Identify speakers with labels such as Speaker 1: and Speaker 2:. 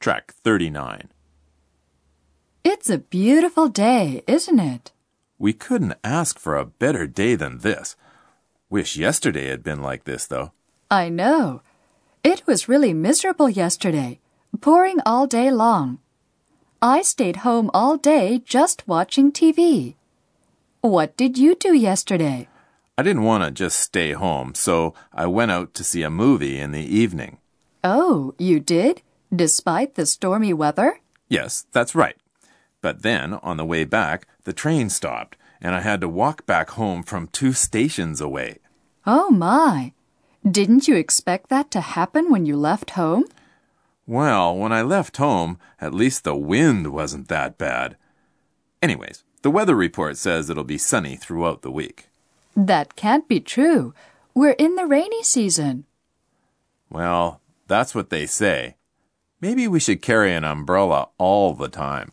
Speaker 1: Track 39.
Speaker 2: It's a beautiful day, isn't it?
Speaker 1: We couldn't ask for a better day than this. Wish yesterday had been like this, though.
Speaker 2: I know. It was really miserable yesterday, pouring all day long. I stayed home all day just watching TV. What did you do yesterday?
Speaker 1: I didn't want to just stay home, so I went out to see a movie in the evening.
Speaker 2: Oh, you did? Despite the stormy weather?
Speaker 1: Yes, that's right. But then, on the way back, the train stopped, and I had to walk back home from two stations away.
Speaker 2: Oh my. Didn't you expect that to happen when you left home?
Speaker 1: Well, when I left home, at least the wind wasn't that bad. Anyways, the weather report says it'll be sunny throughout the week.
Speaker 2: That can't be true. We're in the rainy season.
Speaker 1: Well, that's what they say. Maybe we should carry an umbrella all the time.